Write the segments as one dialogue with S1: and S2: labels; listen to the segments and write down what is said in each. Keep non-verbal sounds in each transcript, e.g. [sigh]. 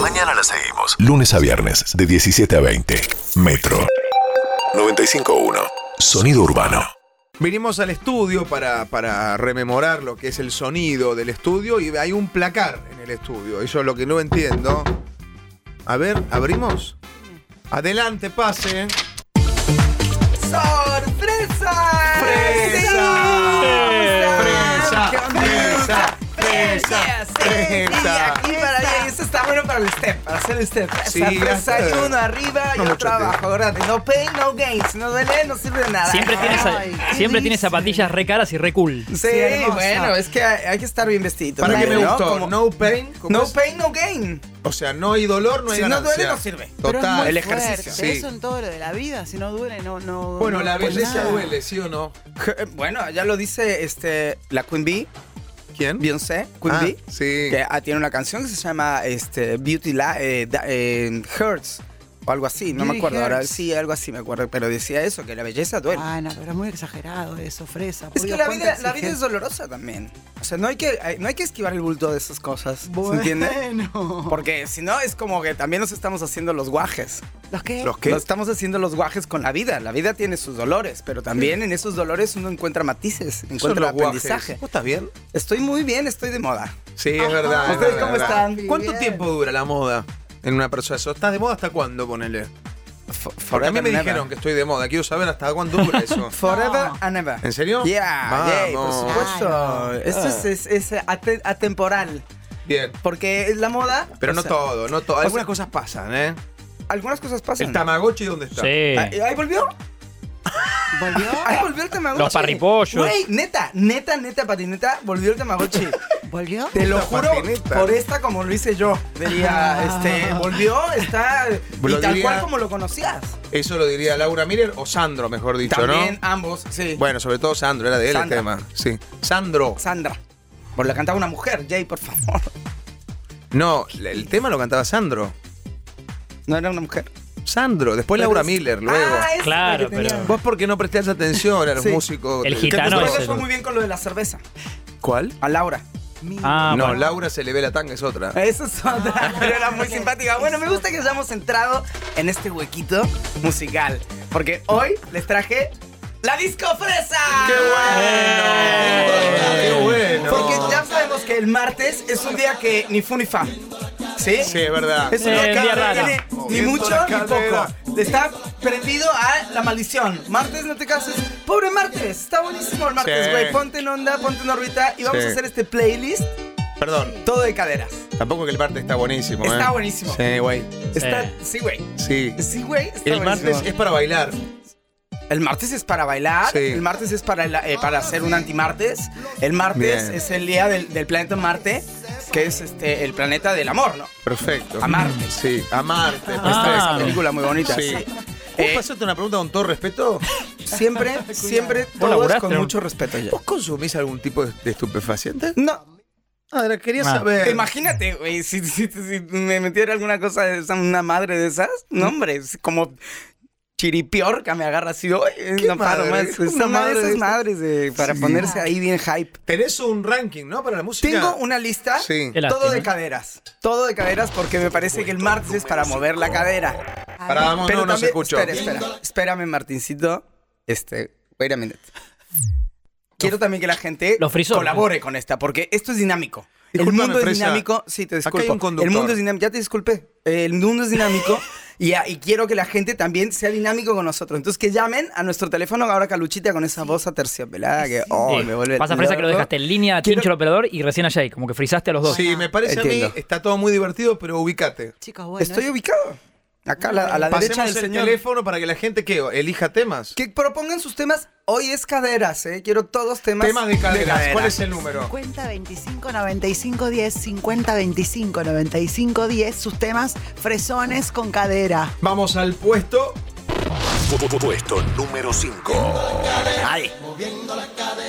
S1: Mañana la seguimos. Lunes a viernes, de 17 a 20. Metro 95.1. Sonido urbano.
S2: Venimos al estudio para, para rememorar lo que es el sonido del estudio y hay un placar en el estudio. Eso es lo que no entiendo. A ver, abrimos. Adelante, pase.
S3: ¡Sorpresa!
S2: ¡Presa!
S3: ¡Sorpresa!
S2: ¡Presa!
S3: ¡Presa!
S2: ¡Presa!
S3: Y aquí para ahí, eso está bueno para el step, para hacer el step.
S2: Sí,
S3: Presa, presa,
S2: ya
S3: y
S2: está.
S3: uno arriba y
S2: No mucho
S3: otro abajo, ¿verdad? No pain, no gain. Si no duele, no sirve de nada.
S4: Siempre tienes,
S3: Ay, ¿qué
S4: siempre tienes
S3: dice?
S4: zapatillas re caras y re cool.
S3: Sí, bueno, es que hay hay que estar bien vestido.
S2: ¿Para qué me
S3: ¿no?
S2: gustó?
S3: Como-
S2: No pain. ¿cómo
S3: No
S2: es?
S3: pain, no gain.
S2: O sea, no hay dolor, no hay
S3: Si no duele,
S2: ganancia.
S3: no sirve.
S5: Pero es
S2: Total.
S5: muy
S2: El
S3: ejer- ejercicio.
S5: fuerte,
S2: Sí.
S5: Eso en todo lo de la vida, si no duele, no. no
S2: Bueno,
S5: no
S2: la
S5: pues
S2: belleza
S5: nada.
S2: duele, ¿sí o no?
S3: Bueno, ya lo dice este, la Queen Bee,
S2: ¿Quién?
S3: Beyoncé, Queen
S2: Ah,
S3: Bee.
S2: sí.
S3: que ah, tiene una canción que se llama este, Beauty La, eh, da- eh, Hurts o algo así, no me
S5: Beauty
S3: acuerdo ahora,
S5: Hurts.
S3: sí, algo así me acuerdo, pero decía eso, que la belleza duele.
S5: Ah, no, pero es muy exagerado eso, fresa. por
S3: es que
S5: Dios,
S3: la
S5: cuánta
S3: vida, la vida es
S5: exigencia.
S3: dolorosa también. O sea, no hay que, hay- no hay que esquivar el bulto de esas cosas, ¿se
S5: Bueno.
S3: entiende? Porque si no, es como que también nos estamos haciendo los guajes.
S5: ¿Los qué?
S2: Los que.
S3: Nos estamos haciendo los guajes con la vida. La vida tiene sus dolores, pero también en esos dolores uno encuentra matices,
S2: son
S3: encuentra
S2: los
S3: aprendizaje.
S2: guajes. ¿Vos estás bien?
S3: Estoy muy bien, estoy de moda.
S2: Sí, es verdad. es
S3: Ah, ¿Ustedes
S2: verdad,
S3: cómo
S2: es verdad.
S3: están?
S2: ¿Cuánto
S3: Bien.
S2: tiempo dura la moda en una persona? Eso, ¿Estás de moda hasta cuándo, ponele? Porque a mí me
S3: Forever never.
S2: dijeron que estoy de moda. Quiero saber hasta cuándo dura
S3: [laughs]
S2: eso.
S3: Forever
S5: No.
S3: and ever.
S2: ¿En serio?
S3: Yeah, yeah, por
S2: Vamos.
S3: supuesto.
S5: Claro.
S3: Esto es, es- es ate- atemporal.
S2: Bien.
S3: Porque es la moda.
S2: Pero
S3: o
S2: no
S3: sea,
S2: todo, no todo. Algunas
S3: sea-
S2: cosas pasan, ¿eh?
S3: Algunas cosas pasan.
S2: ¿El Tamagotchi dónde está?
S4: Sí.
S3: Ah, ¿Ahí volvió?
S5: ¿Volvió?
S3: [laughs] Ahí volvió el Tamagotchi.
S4: Los parripollos.
S3: Güey, neta, neta, neta, patineta, volvió el Tamagotchi.
S5: ¿Volvió?
S3: Te lo
S2: La
S3: juro,
S2: patineta.
S3: por esta como lo hice yo.
S5: Ah.
S3: Diría, este, volvió, está.
S2: Lo
S3: y tal
S2: diría-
S3: cual como lo conocías.
S2: Eso lo diría Laura Miller o Sandro, mejor dicho,
S3: También
S2: ¿no?
S3: ambos, sí.
S2: Bueno, sobre todo Sandro, era de él
S3: Sandra.
S2: el tema. Sí. Sandro.
S3: Sandra. Por la cantaba una mujer, Jay, por favor. [laughs]
S2: No, el tema lo cantaba Sandro.
S3: No era una mujer.
S2: Sandro, después
S3: Pero
S2: Laura
S3: es-
S2: Miller, luego.
S3: Ah, esa es la
S4: Claro,
S3: que tenía.
S4: pero-
S2: Vos porque no prestás atención a los
S3: [laughs] Sí.
S2: músicos.
S4: El
S2: Que
S3: Que
S4: gitano
S2: te-
S3: después
S4: es
S3: le fue
S4: el-
S3: muy bien con lo de la cerveza.
S2: ¿Cuál?
S3: A Laura.
S5: Mira.
S4: Ah,
S2: no,
S4: bueno.
S2: Laura se le ve la tanga, es otra.
S3: Esa es otra,
S5: Ah,
S3: pero era muy
S5: ok.
S3: simpática. Bueno, me gusta que hayamos entrado en este huequito musical, porque hoy les traje la disco fresa. ¡Qué
S2: ¡Qué bueno!
S3: Eh. Porque ya sabemos que el martes es un día que ni fu ni fa. ¿Sí?
S2: Sí, es verdad.
S3: Es un
S4: Eh,
S3: día
S4: día
S3: que no
S4: raro.
S3: tiene ni
S2: Moviendo
S3: mucho
S2: la
S3: ni
S2: cadera.
S3: poco. Está prendido a la maldición. Martes, no te cases. Pobre martes, está buenísimo el martes,
S2: Sí.
S3: güey. Ponte en onda, ponte en órbita y vamos
S2: Sí.
S3: a hacer este playlist
S2: Perdón,
S3: todo de caderas.
S2: tampoco que el martes está buenísimo, ¿eh?
S3: Está buenísimo.
S2: Sí, güey.
S3: Está, sí, güey.
S2: Sí.
S3: Sí, güey. está
S2: El
S3: buenísimo.
S2: martes es para bailar.
S3: El martes es para bailar,
S2: Sí.
S3: el martes es para, la- eh, para hacer un antimartes, el martes
S2: Bien.
S3: es el día del, del planeta Marte, que es este el planeta del amor, ¿no?
S2: Perfecto.
S3: Amarte.
S2: Sí, amarte.
S3: Esta
S4: Ah.
S3: es una película muy bonita.
S2: Sí.
S3: sí.
S2: ¿Vos
S3: Eh,
S2: pasaste una pregunta con todo respeto?
S3: [laughs] Siempre, siempre, todos
S4: laburaste,
S3: con
S4: ¿no?
S3: mucho respeto ya.
S2: ¿Vos consumís algún tipo de de estupefaciente?
S3: No,
S2: Ah, era- quería
S4: Ah.
S2: saber.
S3: imagínate, güey, si, si- si me metiera alguna cosa de esa, una madre de esas, no, hombre, es como chiripiorca me agarra así, "Ay, no paro
S2: madre?
S3: más. Es
S2: Una
S3: una,
S2: madre
S3: de
S2: de
S3: esas
S2: esas.
S3: madres de- para ponerse ahí bien hype.
S2: Tenés un ranking, ¿no? Para la música.
S3: Tengo una lista,
S2: Sí.
S4: Qué
S3: todo de
S4: lástima.
S3: caderas, todo de caderas porque me parece que el martes es para mover la cadera.
S2: Pará, vamos, no, no se
S3: también-
S2: escuchó.
S3: Espera, espera, espérame, Martincito. Este, wait a minute. Quiero también que la gente
S4: Lo frizó.
S3: colabore con esta, porque esto es dinámico. el
S2: Discúlpame,
S3: mundo es
S2: Fresa.
S3: dinámico. Sí,
S2: Acá
S3: te
S2: hay
S3: disculpo.
S2: un conductor.
S3: El mundo es dinámico. Ya te disculpé. El mundo es dinámico. Y, y quiero que la gente también sea dinámico con nosotros. Entonces que llamen a nuestro teléfono ahora Caluchita con esa voz aterciopelada que oh,
S4: Sí.
S3: me vuelve
S4: Pasa fresa que lo
S3: loco.
S4: dejaste en línea a
S3: Quiero-
S4: Tincho el operador y recién allá ahí, como que frizaste a los dos.
S2: Sí, me parece a mí
S3: Ah, Entiendo.
S2: está todo muy divertido, pero ubicate.
S5: Chicos, bueno.
S3: Estoy ubicado. Acá a la, a la derecha
S2: Pasemos
S3: del
S2: el
S3: señor.
S2: teléfono para que la gente que elija temas.
S3: Que propongan sus temas. Hoy es caderas, ¿eh? Quiero todos temas.
S2: Temas de caderas. ¿Cuál es el número?
S5: 50 25 95 10 50 25 95 10 sus temas fresones con cadera.
S2: Vamos al puesto.
S1: Pu- Puesto número 5.
S3: Ay.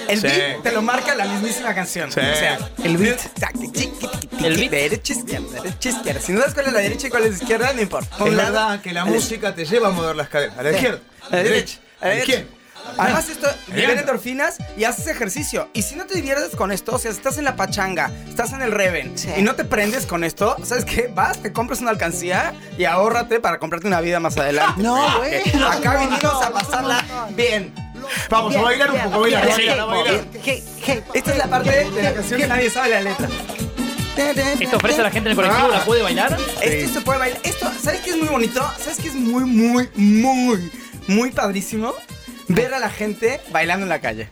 S3: El
S2: Sí.
S3: beat te lo marca la mismísima canción.
S2: Sí.
S3: O sea,
S4: El beat.
S3: Tac, tic, tic, tic,
S4: El
S3: tic,
S4: beat.
S3: Derecha, izquierda, derecha, izquierda. Si no sabes cuál es la derecha y cuál es la izquierda, no importa.
S2: Es verdad que la música te lleva a mover las caderas. A la izquierda.
S3: A la derecha.
S2: A la izquierda.
S3: A Además, esto libera
S2: Bien.
S3: endorfinas y haces ejercicio. Y si no te diviertes con esto, o sea, estás en la pachanga, estás en el reven
S5: Sí.
S3: y no te prendes con esto, ¿sabes qué? Vas, te compras una alcancía y ahórrate para comprarte una vida más adelante. [laughs]
S5: No, güey.
S3: Acá
S5: No,
S3: vinimos
S5: no,
S3: a pasarla
S5: no, no.
S3: bien.
S2: Vamos a bailar un poco, bailar,
S5: Bien,
S2: bailar,
S5: bien,
S2: bailar.
S5: bien. Hey, hey,
S3: Esta es la parte de la
S5: hey,
S3: canción que
S5: hey.
S3: nadie sabe la letra.
S4: ¿Esto ofrece a la gente en el colectivo? ¿La puede bailar?
S3: Esto se puede bailar. Esto, ¿sabes qué es muy bonito? ¿Sabes qué es muy, muy, muy, muy padrísimo? Ver a la gente bailando en la calle.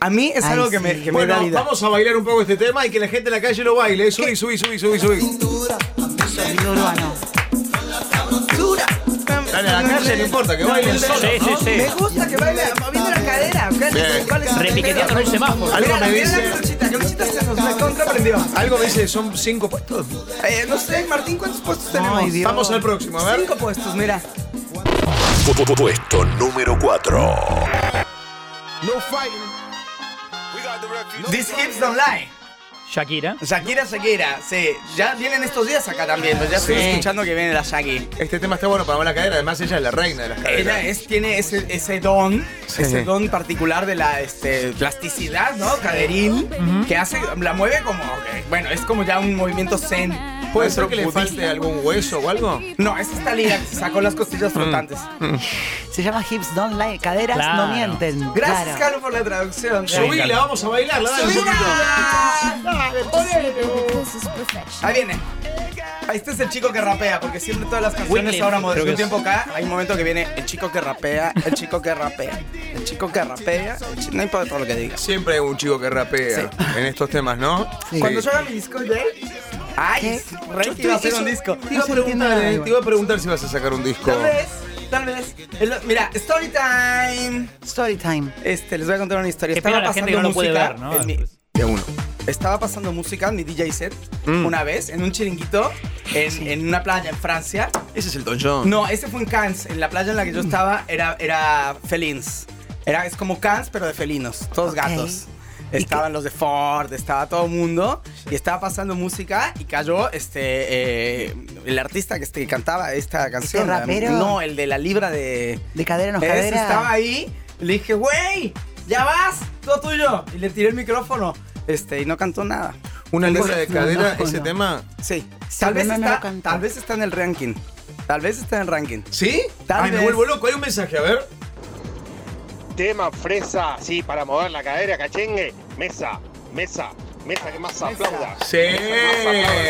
S3: A mí es
S5: Ay,
S3: algo que
S5: sí.
S3: me, que me da
S2: Bueno,
S3: vida.
S2: vamos a bailar un poco este tema y que la gente en la calle lo baile. eh. Subí, subí, subí, subí, subí.
S5: Sonido urbano.
S2: Dale, a la calle, no importa, que bailen solo.
S4: Sí, sí, sí.
S3: Me gusta que baile moviendo la cadera.
S2: Bien.
S3: ¿Cuál es el
S4: Repiqueteando en un
S3: pedo?
S4: semáforo.
S2: Algo
S3: Mira,
S2: me
S3: mira
S2: dice-
S3: la Luchita, que Luchita se nos recontraprendió.
S2: Algo me dice, son cinco puestos.
S3: Eh, no sé, Martín, ¿cuántos puestos tenemos?
S5: Dios.
S2: Vamos al próximo, a ver.
S3: Cinco puestos, mira.
S1: Pu- pu- Puesto número 4.
S2: No fighting.
S3: These hips don't lie.
S4: Shakira.
S3: Shakira, Shakira, sí. Ya vienen estos días acá también, pues ya estoy escuchando que viene la Shaggy.
S2: Este tema está bueno para mover la cadera, además ella es la reina de las caderas.
S3: Ella es, tiene ese, ese don, ese don particular de la este, plasticidad, ¿no? Caderil, que hace, la mueve como, eh, bueno, es como ya un movimiento zen.
S2: ¿Puede ser que le
S3: budista.
S2: falte algún hueso o algo?
S3: No, es esta lira que se sacó las
S2: Mm.
S3: costillas flotantes.
S5: Se llama Hips Don't Lie. Caderas
S4: Claro.
S5: no mienten.
S3: Gracias,
S5: claro.
S3: Carlos, por la traducción.
S2: Subila, vamos a bailarla, dale un poquito.
S3: Ahí viene. Ahí Este es el chico que rapea, porque siempre todas las canciones
S4: Wyclef,
S3: ahora
S4: creo
S3: modernas.
S4: que
S3: Un
S4: es.
S3: tiempo acá, hay un momento que viene el chico que rapea, el chico que rapea, el chico que rapea, el chi- no importa todo lo que digas.
S2: Siempre hay un chico que rapea en estos temas, ¿no?
S3: Cuando yo haga mi disco de
S5: ¿Qué?
S3: ay, rey que iba a hacer un disco.
S2: Te iba, a
S5: No se entiende
S2: preguntar,
S5: nada,
S2: eh,
S5: igual.
S2: te iba a preguntar si vas a sacar un disco.
S3: Tal vez, tal vez. El- mira, story time.
S5: Story time.
S3: Este, les voy a contar una historia.
S4: Qué pena la gente que no lo puede ver, ¿no?
S3: en mi-
S2: De uno.
S3: estaba pasando música en mi DJ set
S2: Mm.
S3: una vez en un chiringuito en, en una playa en Francia.
S2: Ese es el Don John. Mm.
S3: No, ese fue en Cannes. En la playa en la que yo estaba era, era felins. Era, es como Cannes, pero de felinos. Todos
S5: Ok.
S3: gatos.
S5: ¿Y
S3: Estaban los de Ford, estaba todo el mundo. Y estaba pasando música y cayó este eh, el artista que, este, que cantaba esta canción. la-
S5: rapero?
S3: No, el de la libra de...
S5: De cadera no
S3: Ese
S5: cadera.
S3: estaba ahí. Le dije, güey, ya vas, todo tuyo. Y le tiré el micrófono. Este, y no cantó nada. mm,
S2: Una libra de
S5: No,
S2: cadera,
S5: no,
S2: ese
S5: no.
S2: tema.
S3: Sí.
S5: Sí,
S3: Tal,
S5: no
S3: vez
S5: me lo
S3: está,
S5: cantó.
S3: tal vez está en el ranking. Tal vez está en el ranking.
S2: ¿Sí?
S3: Tal
S2: Ay, me
S3: vez.
S2: vuelvo loco. Hay un mensaje, a ver.
S6: Tema fresa, sí, para mover la cadera, cachengue. Mesa, mesa, mesa que más aplauda.
S2: Sí.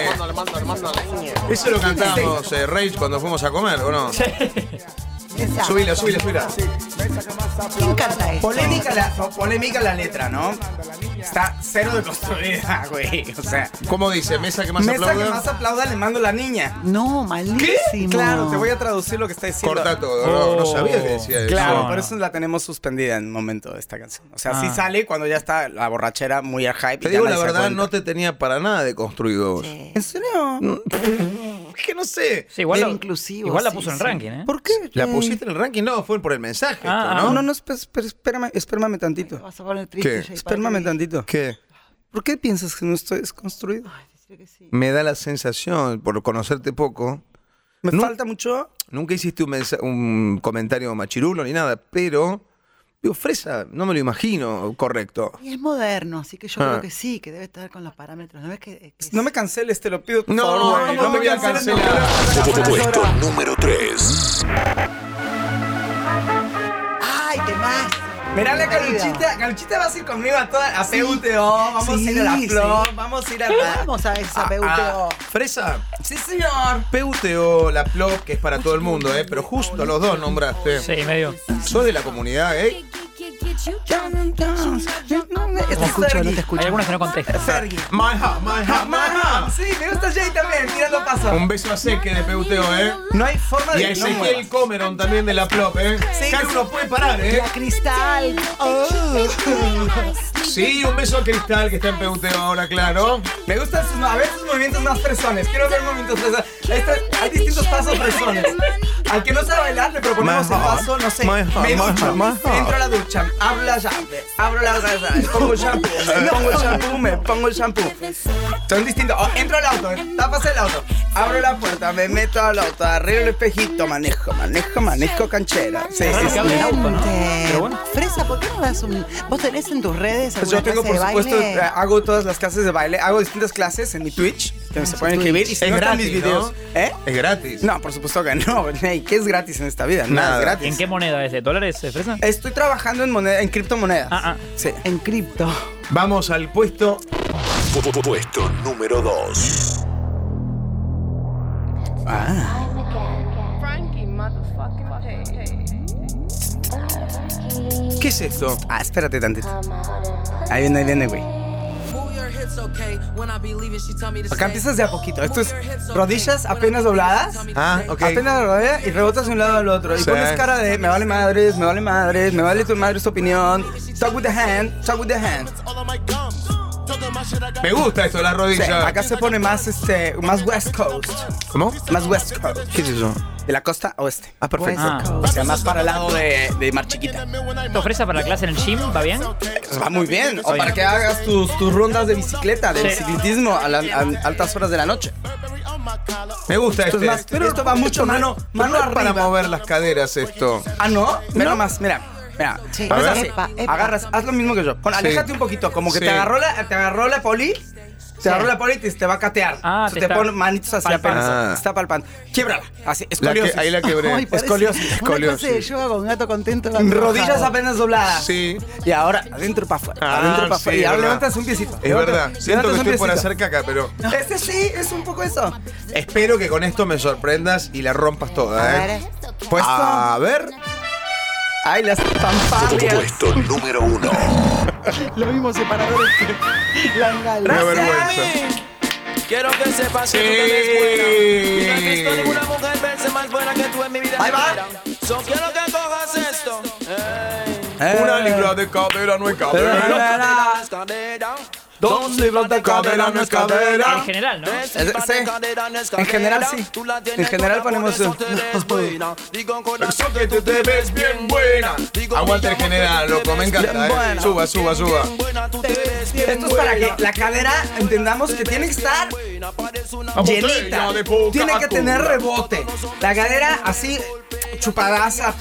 S6: Mando, le mando, le mando a la niña.
S2: Eso lo cantamos, eh, Rage, cuando fuimos a comer, ¿o no?
S5: Esa.
S2: Subila, subila, subila.
S5: ¿Quién canta eso?
S3: Polémica la, po- polémica la letra, ¿no? Está cero de construida, [laughs] güey. O sea,
S2: ¿Cómo dice? ¿Mesa que más
S3: mesa
S2: aplauda?
S3: que más aplauda le mando la niña.
S5: No, malísimo.
S3: Claro, te voy a traducir lo que está diciendo.
S2: Corta todo. No, no
S4: Oh.
S2: sabía que decía eso.
S3: Claro,
S4: No,
S3: por
S4: no.
S3: eso la tenemos suspendida en un momento esta canción. O sea, sí
S4: Ah.
S3: sale cuando ya está la borrachera muy a hype. y
S2: Te
S3: ya
S2: digo la
S3: nadie se da
S2: verdad,
S3: cuenta.
S2: no te tenía para nada de construido vos.
S3: ¿En serio?
S2: Es que no sé.
S4: Sí, igual,
S5: Era
S4: la-
S5: inclusivo,
S4: igual la
S5: sí,
S4: puso en el
S5: sí.
S4: ranking, ¿eh?
S3: ¿Por qué?
S2: ¿La
S3: Eh,
S2: pusiste en el ranking? No, fue por el mensaje. esto,
S4: Ah, ah.
S2: ¿no?
S3: No, no, no, esp- esp- espérame, espérame tantito.
S5: Vas a poner triste.
S2: ¿Qué?
S5: Jay,
S3: Espérame
S5: para que-
S3: tantito.
S2: ¿Qué?
S3: ¿Por qué piensas que no estoy desconstruido?
S2: Me da la sensación, por conocerte poco,
S3: ¿Me
S2: No.
S3: falta mucho?
S2: nunca hiciste un, mensa- un comentario machirulo ni nada, pero. Digo, fresa, no me lo imagino correcto.
S5: Y es moderno, así que yo
S2: Ah.
S5: creo que sí, que debe estar con los parámetros. No ves que. que-
S3: No me canceles, te lo pido. por
S2: No,
S3: favor, güey.
S2: no me voy a
S3: canceles, no.
S2: cancelar.
S1: Puesto número 3.
S5: ¡Ay, qué más!
S3: Mirá la Caluchita. Caluchita vas a ir conmigo a toda a PUTO. Vamos a ir a la
S5: Sí,
S3: flor.
S5: sí.
S3: Vamos a ir a la.
S5: Vamos a esa
S3: Ah,
S5: PUTO.
S2: Fresa,
S3: Sí, señor.
S2: PUTO, la PLOP, que es para todo el mundo, ¿eh? pero justo a los dos nombraste.
S4: Sí, medio.
S2: Sos de la comunidad, ¿eh?
S5: No te
S3: Este es
S5: escucho, no te
S3: Fergie.
S4: Hay
S5: escucho.
S4: algunas que no contestan.
S3: Fergie.
S2: My heart, my heart, my heart.
S3: Sí, me gusta Jay también. Tirando paso.
S2: Un beso a Seque de PUTO, ¿eh?
S3: No hay forma
S2: Y
S3: de
S2: a
S3: que no
S2: Ezequiel
S3: mueras.
S2: Comeron también de la PLOP, ¿eh?
S3: Sí,
S2: Caro
S3: sí.
S2: no puede parar, ¿eh?
S5: La cristal. Oh.
S2: Sí, un beso a Cristal que está en Peuteo ahora, claro.
S3: Me gustan sus, a ver sus movimientos más fresones. Quiero ver movimientos fresones. Ahí está- hay distintos pasos fresones. Al que no sabe bailar, le proponemos
S2: Más
S3: el
S2: hot,
S3: paso, no sé.
S2: más hot,
S3: me
S2: más
S3: ducho,
S2: hot, más hot.
S3: entro a la ducha, abro la llave, abro la llave, pongo el shampoo, me pongo el shampoo, me pongo el shampoo. Son distintos. O entro al auto, tapas el auto, abro la puerta, me meto al auto, arriba el espejito, manejo, manejo, manejo canchera. Sí, sí, sí.
S4: Arrancable el auto, ¿no?
S5: Excelente.
S4: Pero bueno.
S5: Fresa, ¿por qué no das un.? ¿Vos tenés en tus redes alguna
S3: Pues Yo tengo,
S5: clase
S3: por
S5: de
S3: supuesto,
S5: baile?
S3: eh, hago todas las clases de baile, hago distintas clases en mi Twitch, que se pueden escribir y si
S2: Es
S3: no están
S2: gratis,
S3: mis videos. ¿Eh?
S2: Es gratis.
S3: No, por supuesto que no. [laughs] Ney, ¿Qué es gratis en esta vida? Nada,
S2: Nada.
S3: es gratis.
S4: ¿En qué moneda es? ¿De dólares, eh, Fresa?
S3: Estoy trabajando en, moneda, en criptomonedas.
S4: Ah, ah.
S3: Sí.
S5: En cripto.
S2: Vamos al puesto.
S1: Pu- pu- Puesto número 2.
S2: ¿Qué es esto?
S3: Ah, espérate tantito. Ahí viene, ahí viene, güey. Acá empiezas de a poquito. Esto es rodillas apenas dobladas.
S2: Ah, ok.
S3: Apenas la rodilla y rebotas de un lado al otro. Y
S2: Sí.
S3: pones cara de me vale madres, me vale madres, me vale tu madre tu opinión. Talk with the hand, talk with the hand.
S2: Me gusta esto, la
S3: Sí,
S2: rodilla.
S3: acá se pone más, este, más West Coast.
S2: ¿Cómo?
S3: Más West Coast.
S2: ¿Qué es eso?
S3: De la costa oeste.
S2: Ah, perfecto.
S4: Ah.
S3: O sea, más para el lado de, de Mar Chiquita. Pues
S4: ¿Esto Fresa para la clase en el gym? ¿Va bien?
S3: Va muy bien. O para que hagas tus, tus rondas de bicicleta, de
S4: Sí.
S3: bicicletismo a, la- a altas horas de la noche.
S2: Me gusta
S3: Esto
S2: este.
S3: es más, esto va mucho mano, mano
S2: No es para
S3: arriba.
S2: mover las caderas esto.
S3: Ah, no, mira nomás, mira. Mira,
S5: Sí.
S3: Vas
S2: A ver.
S3: así,
S5: Epa, epa.
S3: agarras, haz lo mismo que yo. Con, aléjate un poquito, como que
S2: Sí.
S3: te agarró la, te agarró la poli, te agarró la poli y te, te va a catear.
S4: Ah,
S3: Se
S4: te
S3: te,
S4: está
S3: pone manitos así apenas,
S2: palpando. Ah.
S3: está palpando. Quiebrala, así,
S2: La que-
S3: escoliosis.
S2: ahí la quebré.
S5: [laughs] Ay, parece
S3: Escoliosis,
S5: Una clase de
S2: escoliosis.
S5: yoga con gato contento. gato
S3: Rodillas
S5: enojado.
S3: apenas dobladas.
S2: Sí.
S3: Y ahora, adentro para afuera,
S2: Ah,
S3: adentro para
S2: sí,
S3: afuera. Y ahora
S2: verdad.
S3: levantas un piecito.
S2: Es
S3: levantas-
S2: verdad. Siento que
S3: levantas un
S2: estoy por
S3: piecito.
S2: hacer caca, pero.
S3: Este sí, es un poco eso.
S2: Espero que con esto me sorprendas y la rompas
S5: A
S2: toda,
S5: ver. Ah.
S2: ¿eh? Puesto. A ver.
S3: Ay, las fanfarrias.
S1: Puesto número 1.
S5: Lo mismo separadores que la engala.
S2: Una
S3: Gracias,
S2: vergüenza.
S3: Abby.
S7: Quiero que sepas
S2: Sí.
S7: que tú eres buena. Y no he visto ninguna mujer verse más buena que tú en mi vida.
S3: Ahí va.
S7: entera. So, quiero que cojas esto. Ey.
S2: Una
S3: Eh.
S2: libra de cadera no es cadera.
S3: Era-
S7: Las caderas.
S2: Dos libras de cadera no es cadera.
S3: Ah.
S4: En general, ¿no?
S7: Tres
S3: Eh,
S7: libras de
S3: sí.
S7: cadera no es
S3: En general,
S7: cadera.
S3: sí.
S7: Tú la
S3: En
S7: tienes
S3: general
S7: toda, por
S3: ponemos eh,
S7: eso
S3: un-
S7: te eres buena. Digo,
S2: Eso
S7: corazón,
S2: que tú te ves bien buena.
S7: Digo,
S2: Aguante el
S7: mi amor,
S2: general,
S7: que tú te
S2: loco, me
S7: ves
S2: encanta,
S3: bien
S2: ¿eh?
S3: buena.
S2: Suba, suba, suba.
S7: bien buena, tú te ves
S3: [laughs]
S7: bien
S3: Esto es para que
S7: buena.
S3: la cadera entendamos que tiene que estar
S7: Buena, parece una
S3: llenita.
S2: Botella de poca
S3: Tiene que
S2: altura.
S3: tener rebote. La cadera así chupadaza.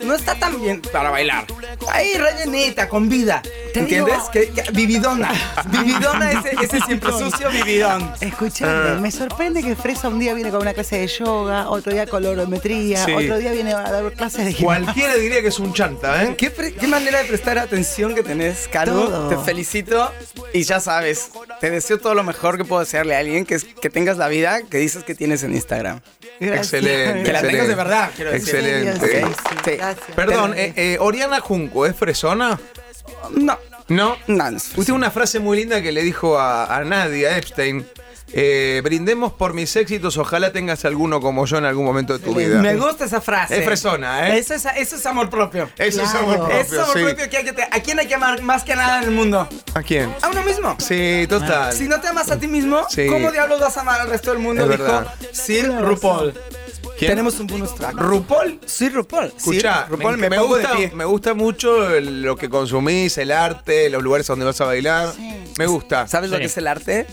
S3: No está tan bien para bailar. Ahí rellenita, con vida. ¿Entiendes?
S5: digo-
S3: Que, que- [laughs] vividona. Vividona ese, ese siempre sucio vividón.
S5: Escuchame, me sorprende que Fresa un día viene con una clase de yoga, otro día colorometría,
S2: Sí.
S5: otro día viene a dar clases de
S2: Cualquiera diría que es un chanta, ¿eh?
S3: ¿Qué, pre- qué manera de prestar atención que tenés, Caro.
S5: Todo.
S3: Te felicito y ya sabes, te deseo todo lo mejor que puedo desearle a alguien, que, es- que tengas la vida que dices que tienes en Instagram.
S5: Gracias.
S2: Excelente.
S3: Que la
S2: excelente.
S3: tengas de verdad, quiero decir.
S2: Excelente.
S5: Sí,
S3: Ok.
S5: sí,
S3: Sí.
S5: gracias.
S2: Perdón, eh, eh, Oriana Junco, ¿es fresona?
S3: No,
S2: No.
S3: no, no es
S2: Usted una frase muy linda que le dijo a, a Nadia Epstein. eh, brindemos por mis éxitos, ojalá tengas alguno como yo en algún momento de tu vida.
S3: Me gusta esa frase.
S2: Es fresona, ¿eh?
S3: Eso es, eso es amor propio.
S2: Eso es
S5: Claro.
S2: amor propio,
S3: es amor
S2: sí.
S3: propio que hay que te- ¿A quién hay que amar más que nada en el mundo?
S2: ¿A quién?
S3: A uno mismo.
S2: Sí, total.
S3: Si no te amas a ti mismo,
S2: Sí.
S3: ¿cómo diablos vas a amar al resto del mundo?
S2: Es
S3: Dijo
S2: verdad.
S3: Sir RuPaul.
S2: ¿Quién?
S3: Tenemos un bonus track.
S2: RuPaul.
S3: Sir RuPaul.
S2: Escuchá,
S3: Sir RuPaul,
S2: me,
S3: me,
S2: me
S3: pongo
S2: gusta,
S3: de pie.
S2: me gusta mucho el- lo que consumís, el arte, los lugares a donde vas a bailar. Me gusta.
S3: ¿Sabes lo
S4: Sí.
S3: que es el arte?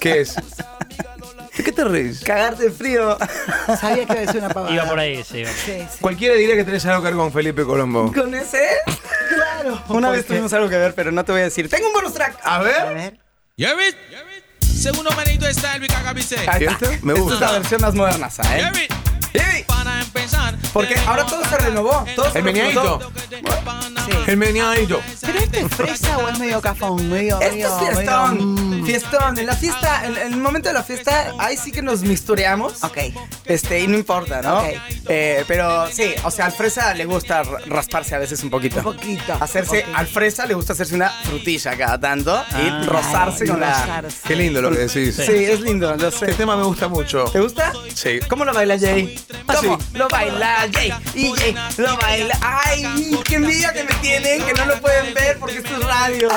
S2: ¿Qué
S3: [laughs]
S2: es? ¿De qué te reís?
S3: Cagarte
S2: [laughs]
S3: de frío.
S5: [laughs] Sabía que iba a decir una pavada.
S4: Iba por ahí, sí.
S5: Sí, sí.
S2: Cualquiera diría que tenés algo que ver con Felipe Colombo.
S3: ¿Con ese? Claro. Una vez tuvimos algo que ver, pero no te voy a decir. Tengo un bonus track.
S2: A
S5: A
S2: ver.
S5: ver.
S7: You hear it? Según manito está el Bicacabice.
S3: Ahí está.
S2: ¿Cierto? Me
S3: Esta es
S2: gusta.
S3: la versión más moderna, ¿eh?
S7: You hear it?
S3: Sí.
S7: Para empezar.
S3: Porque ahora todo se renovó. Todo se
S2: El
S3: refrescó.
S2: meneadito. El meneadito.
S5: ¿Pero este es fresa o es medio cafón? Medio,
S3: Esto
S5: medio,
S3: es fiestón.
S5: medio, mm,
S3: fiestón. En la
S7: Ah.
S3: fiesta, en, en el momento de la fiesta, ahí sí que nos mixtureamos.
S5: Ok.
S3: Este, y no importa, ¿no?
S5: Ok.
S3: Eh, pero sí, o sea, al fresa le gusta r- rasparse a veces un poquito.
S5: Un poquito.
S3: Hacerse,
S5: Ok.
S3: al fresa le gusta hacerse una frutilla cada tanto
S4: Ah.
S3: y rozarse con la.
S5: Rozarse.
S2: Qué lindo lo que decís.
S3: Sí, es lindo, lo sé.
S2: Este tema me gusta mucho.
S3: ¿Te gusta?
S2: Sí.
S3: ¿Cómo lo baila Jay? ¿Cómo? Lo baila Jay. Y Jay lo baila. ¡Ay! ¡Qué envidia que me tienen! Que no lo pueden ver porque esto es radio.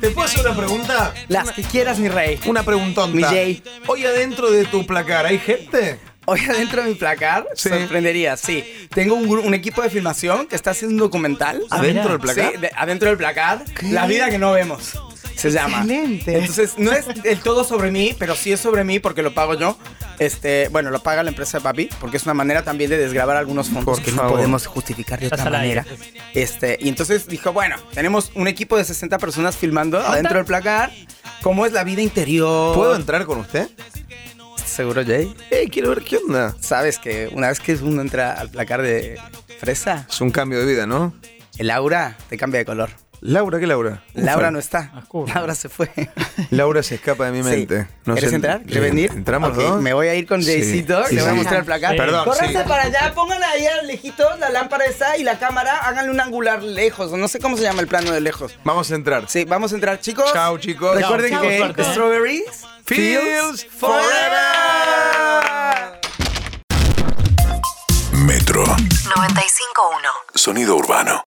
S2: ¿Te puedo hacer una pregunta?
S3: Las que quieras, mi rey.
S2: Una preguntonta.
S3: Mi Jay.
S2: Hoy adentro de tu placar, ¿hay gente?
S3: Hoy adentro de mi placar,
S2: Sí.
S3: sorprendería, sí. Tengo un, gru- un equipo de filmación que está haciendo un documental.
S2: ¿Adentro
S4: mira.
S2: del placar?
S3: Sí, de- adentro del placar. La vida que no vemos. Se llama.
S5: Excelente.
S3: Entonces, no es del todo sobre mí, pero sí es sobre mí porque lo pago yo. Este, bueno, lo paga la empresa de papi, porque es una manera también de desgrabar algunos fondos
S2: Por
S3: que
S2: favor.
S3: no podemos justificar de
S4: Estás
S3: otra
S4: al aire.
S3: manera. Este, y entonces dijo, bueno, tenemos un equipo de 60 personas filmando adentro del placar. ¿Cómo es la vida interior?
S2: ¿Puedo entrar con usted?
S3: Seguro, Jay.
S2: Eh, quiero ver qué onda.
S3: Sabes que una vez que uno entra al placar de fresa,
S2: Es un cambio de vida, ¿no?
S3: el aura te cambia de color.
S2: Laura, ¿qué Laura?
S3: Laura no está.
S4: Oscuro.
S3: Laura se fue.
S2: Laura se escapa de mi
S3: Sí.
S2: mente. No
S3: ¿Quieres
S2: sé-
S3: entrar?
S2: Sí.
S3: ¿Quieres venir?
S2: ¿Entramos
S3: Ok,
S2: los dos?
S3: Me voy a ir con
S2: Sí.
S3: Jaycito.
S2: Sí,
S3: Le voy a
S2: sí.
S3: mostrar el placar.
S4: Sí.
S2: Perdón,
S3: Córranse
S2: sí.
S3: para allá, pongan ahí al lejito la lámpara esa y la cámara, háganle un angular lejos. o No sé cómo se llama el plano de lejos.
S2: Vamos a entrar.
S3: Sí, vamos a entrar, chicos.
S2: Chao, chicos.
S3: Recuerden
S4: Chao,
S3: que
S4: suerte, ¿eh?
S3: Strawberries
S2: Feels
S3: Feels Forever.
S1: Metro.
S8: 95.1.
S1: Sonido urbano.